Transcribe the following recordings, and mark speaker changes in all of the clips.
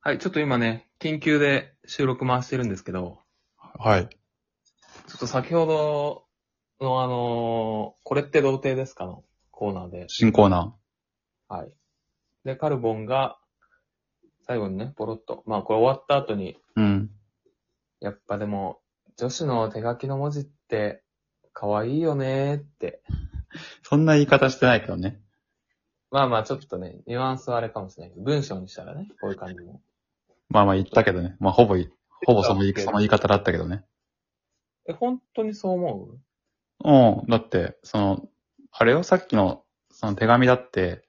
Speaker 1: はい、ちょっと今ね、緊急で収録回してるんですけど、
Speaker 2: はい。
Speaker 1: ちょっと先ほどのあのーこれって童貞ですかのコーナーで、
Speaker 2: 新コーナ
Speaker 1: はい。で、カルボンが、最後にね、ポロッと。まあ、これ終わった後に、
Speaker 2: ー。うん。
Speaker 1: やっぱでも、女子の手書きの文字って、可愛いよねーって。
Speaker 2: そんな言い方してないけどね。
Speaker 1: まあまあ、ちょっとね、ニュアンスはあれかもしれないけど、文章にしたらね、こういう感じも。
Speaker 2: まあまあ言ったけどね。まあほぼい、ほぼその言いその言い方だったけどね。
Speaker 1: え、本当にそう思う
Speaker 2: うん。だって、その、あれよ、さっきの、その手紙だって、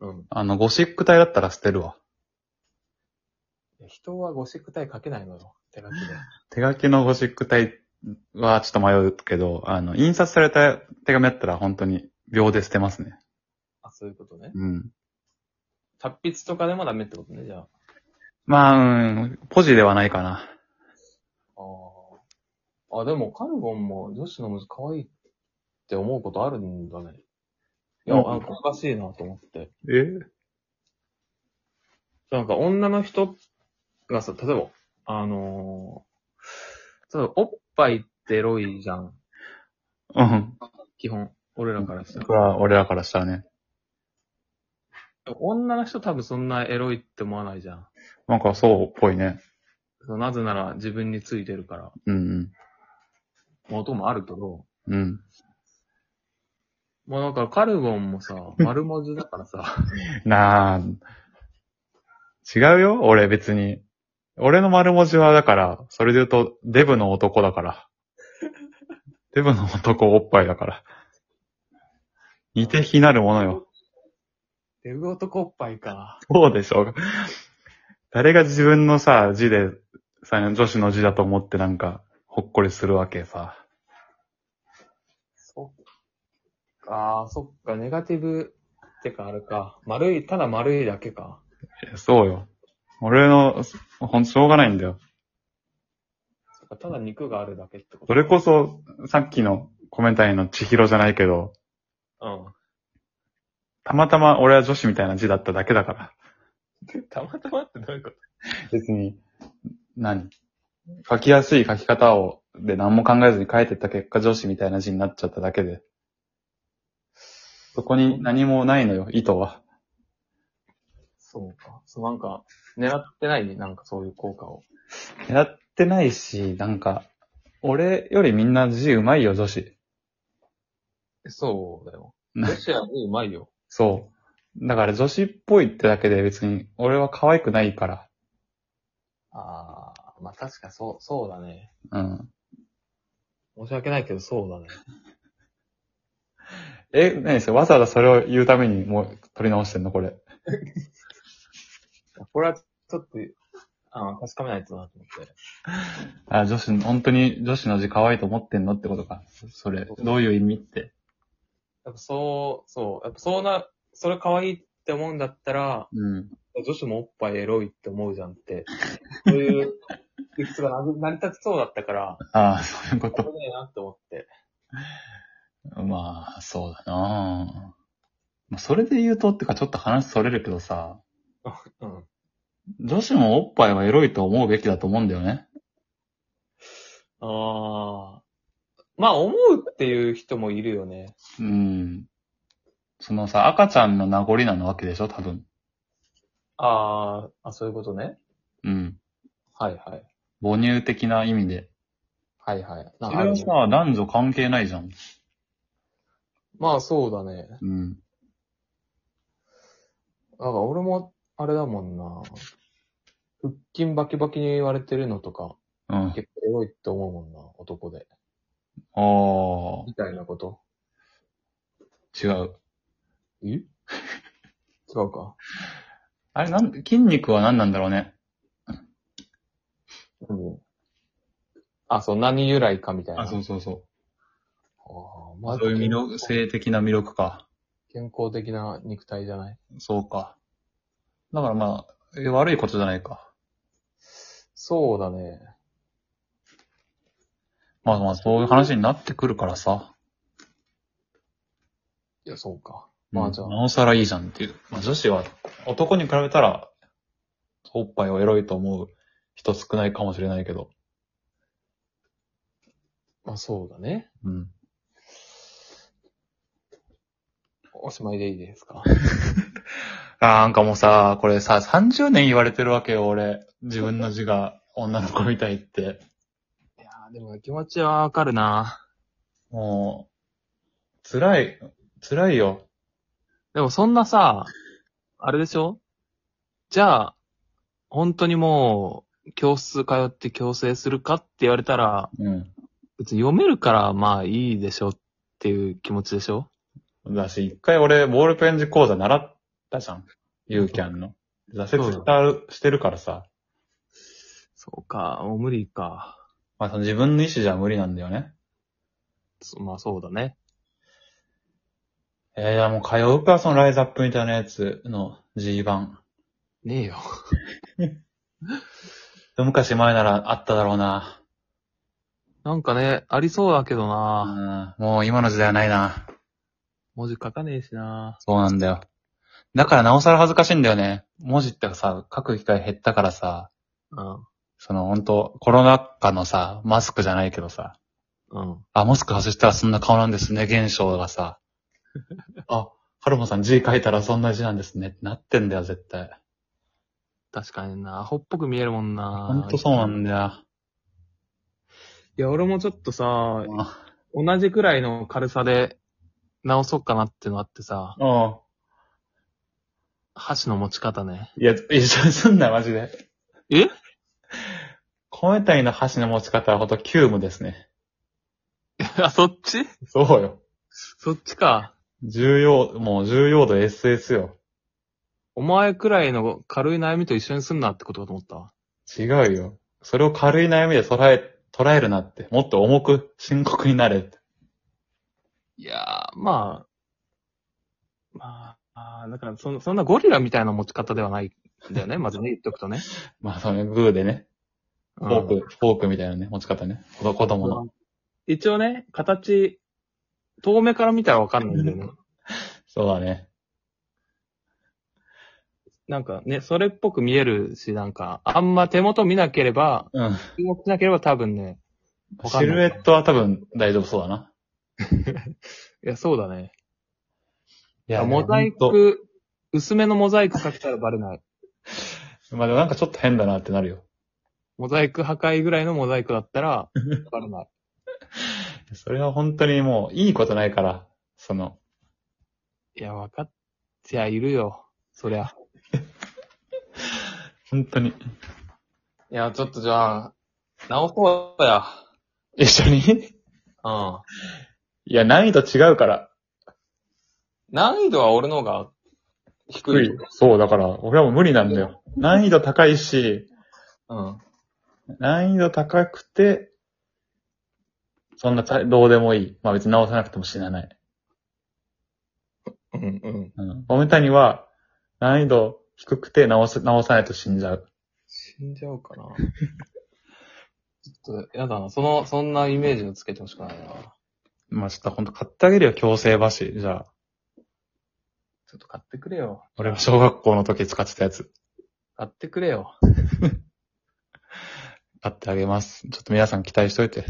Speaker 1: うん。
Speaker 2: あの、ゴシック体だったら捨てるわ。
Speaker 1: 人はゴシック体書けないのよ、手書きで。
Speaker 2: 手書きのゴシック体はちょっと迷うけど、あの、印刷された手紙だったら本当に秒で捨てますね。
Speaker 1: あ、そういうことね。
Speaker 2: うん。
Speaker 1: 達筆とかでもダメってことね、じゃあ。
Speaker 2: まあ、うん、ポジではないかな。
Speaker 1: あーあ、でもカルゴンも女子の文字可愛いって思うことあるんだね。いや、
Speaker 2: うん
Speaker 1: なんかおかしいなと思って。
Speaker 2: え
Speaker 1: なんか女の人がさ、例えば、あのー、例えばおっぱいってエロいじゃん。
Speaker 2: うん。
Speaker 1: 基本。俺らからした
Speaker 2: そ
Speaker 1: ら
Speaker 2: れ。は俺らからしたらね。
Speaker 1: 女の人多分そんなエロいって思わないじゃん。
Speaker 2: なんかそうっぽいね。
Speaker 1: そのなぜなら自分についてるから。
Speaker 2: うん
Speaker 1: まあ音もあるけど。
Speaker 2: うん。うん。
Speaker 1: まあだからカルゴンもさ、丸文字だからさ。
Speaker 2: なあ、違うよ俺別に。俺の丸文字はだから、それで言うと、デブの男だから。デブの男おっぱいだから。似て非なるものよ。
Speaker 1: デブ男おっぱいか。
Speaker 2: そうでしょう。誰が自分のさ、字で、さ、女子の字だと思ってなんか、ほっこりするわけさ。
Speaker 1: そっか、そっか、ネガティブってかあれか。丸い、ただ丸いだけか。
Speaker 2: いやそうよ。俺の、ほん、しょうがないんだよ。
Speaker 1: そっか、ただ肉があるだけってこと。
Speaker 2: それこそ、さっきのコメンタリーの千尋じゃないけど、たまたま俺は女子みたいな字だっただけだから。
Speaker 1: うん。 たまたまってどういうこと
Speaker 2: 別に、何書きやすい書き方を、で何も考えずに書いてった結果女子みたいな字になっちゃっただけで。そこに何もないのよ、意図は。
Speaker 1: そうか。そう、なんか、狙ってないね、なんかそういう効果を。
Speaker 2: やってないし、なんか、俺よりみんな字上手いよ、女子。
Speaker 1: えそうだよ。
Speaker 2: な
Speaker 1: ロシアもうまいよ。
Speaker 2: そう。だから女子っぽいってだけで別に俺は可愛くないから。
Speaker 1: あー、まあ確かそう、そうだね。
Speaker 2: うん。
Speaker 1: 申し訳ないけどそうだね。
Speaker 2: え、何それわざわざそれを言うためにもう取り直してんのこれ。
Speaker 1: これはちょっと、あー確かめないとなと思って。
Speaker 2: あ、女子、本当に女子の字可愛いと思ってんのってことか。そそれ、どういう意味って。
Speaker 1: やっぱそう、そう、やっぱそうな、それ可愛いって思うんだったら、
Speaker 2: うん。
Speaker 1: 女子もおっぱいエロいって思うじゃん って、そういう理屈が成り立ちそうだったから、
Speaker 2: ああ、そういうこ
Speaker 1: 危ね
Speaker 2: と。
Speaker 1: えなって思って。
Speaker 2: まあ、そうだなまあそれで言うとってか、ちょっと話それるけどさ、
Speaker 1: うん。
Speaker 2: 女子もおっぱいはエロいと思うべきだと思うんだよね。
Speaker 1: ああ。まあ、思うっていう人もいるよね。
Speaker 2: うん。そのさ、赤ちゃんの名残なのわけでしょ、多分。
Speaker 1: ああ、あ、そういうことね。
Speaker 2: うん。
Speaker 1: はいはい。
Speaker 2: 母乳的な意味で。
Speaker 1: はいはい。
Speaker 2: それはさ、男女関係ないじゃん。
Speaker 1: まあ、そうだね。
Speaker 2: うん。
Speaker 1: なんか俺も、あれだもんな。腹筋バキバキに言われてるのとか、
Speaker 2: うん。
Speaker 1: 結構エロいって思うもんな、男で。
Speaker 2: あ
Speaker 1: みたいなこと。
Speaker 2: あ、違う。
Speaker 1: え 違うか。
Speaker 2: あれ、なん、筋肉は何なんだろうね。
Speaker 1: うん。あ、そう、何由来かみたいな。
Speaker 2: あ、そうそうそう。
Speaker 1: あーまあ、
Speaker 2: そういう魅力、性的な魅力か。
Speaker 1: 健康的な肉体じゃない
Speaker 2: そうか。だからまあ、え悪いことじゃないか。
Speaker 1: そうだね。
Speaker 2: まあまあ、そういう話になってくるからさ。
Speaker 1: いや、そうか。まあじゃあ
Speaker 2: うんなおさらいいじゃんっていう。まあ女子は、男に比べたら、おっぱいをエロいと思う人少ないかもしれないけど。
Speaker 1: まあそうだね。
Speaker 2: うん。
Speaker 1: おしまいでいいですか。
Speaker 2: あーなんかもうさ、これさ、30年言われてるわけよ、俺。自分の字が女の子みたいって。
Speaker 1: いやーでも気持ちはわかるな。
Speaker 2: もう、辛い、辛いよ。
Speaker 1: でもそんなさ、あれでしょじゃあ、本当にもう、教室通って強制するかって言われたら、
Speaker 2: うん。
Speaker 1: 別に読めるからまあいいでしょっていう気持ちでしょ
Speaker 2: だし、一回俺、ボールペン字講座習ったじゃん。ユーキャンの。挫折したしてるからさ。
Speaker 1: そうか、もう無理か。
Speaker 2: まあ、その自分の意思じゃ無理なんだよね。
Speaker 1: そまあそうだね。
Speaker 2: えー、いやもう通うか、そのライズアップみたいなやつの G 版。
Speaker 1: ねえよ。
Speaker 2: 一昔前ならあっただろうな。
Speaker 1: なんかね、ありそうだけどな
Speaker 2: あーもう今の時代はないな。
Speaker 1: 文字書かねえしな
Speaker 2: そうなんだよ。だからなおさら恥ずかしいんだよね。文字ってさ、書く機会減ったからさ、
Speaker 1: うん。
Speaker 2: その本当コロナ禍のさ、マスクじゃないけどさ、
Speaker 1: うん。
Speaker 2: あ、マスク外したらそんな顔なんですね、現象が さ。あ、ハルモさん字書いたらそんな字なんですねってなってんだよ、絶対。
Speaker 1: 確かになアホっぽく見えるもんな
Speaker 2: ほんとそうなんだよ。
Speaker 1: いや、俺もちょっとさ、
Speaker 2: うん
Speaker 1: 同じくらいの軽さで直そうかなってのあってさ、
Speaker 2: うん。
Speaker 1: 箸の持ち方ね。
Speaker 2: いや、一緒にすんな、マジで。
Speaker 1: え
Speaker 2: 米谷の箸の持ち方はほんと急務ですね。
Speaker 1: あ、そっち
Speaker 2: そうよ。
Speaker 1: そっちか。
Speaker 2: 重要、もう重要度 SS よ。
Speaker 1: お前くらいの軽い悩みと一緒にすんなってことかと思ったわ。
Speaker 2: 違うよ。それを軽い悩みで捉え、捉えるなって。もっと重く、深刻になれって。
Speaker 1: いやー、まあ、まあ、あーだからそん、そんなゴリラみたいな持ち方ではないんだよね。まずね、言っとくと ね。
Speaker 2: まあ、そのグーでね、
Speaker 1: う
Speaker 2: フ
Speaker 1: ん
Speaker 2: ォーク、フォークみたいなね、持ち方ね。子供子供の。
Speaker 1: 一応ね、形、遠目から見たらわかんないんだよね。
Speaker 2: そうだね。
Speaker 1: なんかね、それっぽく見えるし、なんか、あんま手元見なければ、
Speaker 2: うん。
Speaker 1: 注目しなければ多分ね、わかん
Speaker 2: シ
Speaker 1: ない
Speaker 2: ルエットは多分大丈夫そうだな。
Speaker 1: いや、そうだね。
Speaker 2: い
Speaker 1: いや、モザイ。
Speaker 2: ほん
Speaker 1: ク、薄めのモザイクかけたらバレない。
Speaker 2: とまあ、でもなんかちょっと変だなってなるよ。
Speaker 1: モザイク破壊ぐらいのモザイクだった ら、バレない。
Speaker 2: それは本当にもう、いいことないから、その、
Speaker 1: いや、わかっちゃいるよ。そりゃ。
Speaker 2: 本当に。
Speaker 1: いや、ちょっとじゃあ、直そうや。
Speaker 2: 一緒に
Speaker 1: うん。
Speaker 2: いや、難易度違うから。
Speaker 1: 難易度は俺の方が低い。
Speaker 2: そう、だから、俺はもう無理なんだよ。難易度高いし、
Speaker 1: うん。
Speaker 2: 難易度高くて、そんなた、どうでもいい。まあ別に直さなくても死なない。
Speaker 1: うん、うん。
Speaker 2: うん。米谷は、難易度低くて直す、直さないと死んじゃう。
Speaker 1: 死んじゃうかな。 ちょっと、やだな。その、そんなイメージをつけてほしくないな。ちょ
Speaker 2: まあちょっとほんと買ってあげるよ、強制箸。じゃあ。
Speaker 1: っと買ってくれよ。
Speaker 2: 俺が小学校の時使ってたやつ。
Speaker 1: 買ってくれよ。
Speaker 2: 買ってあげます。ちょっと皆さん期待しといて。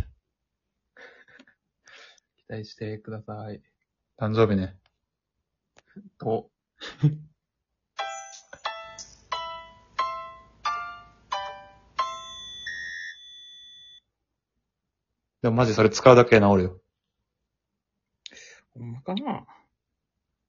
Speaker 1: 期待してください。
Speaker 2: 誕生日ね。
Speaker 1: と。
Speaker 2: でもマジそれ使うだけで治るよ。
Speaker 1: ほんまかな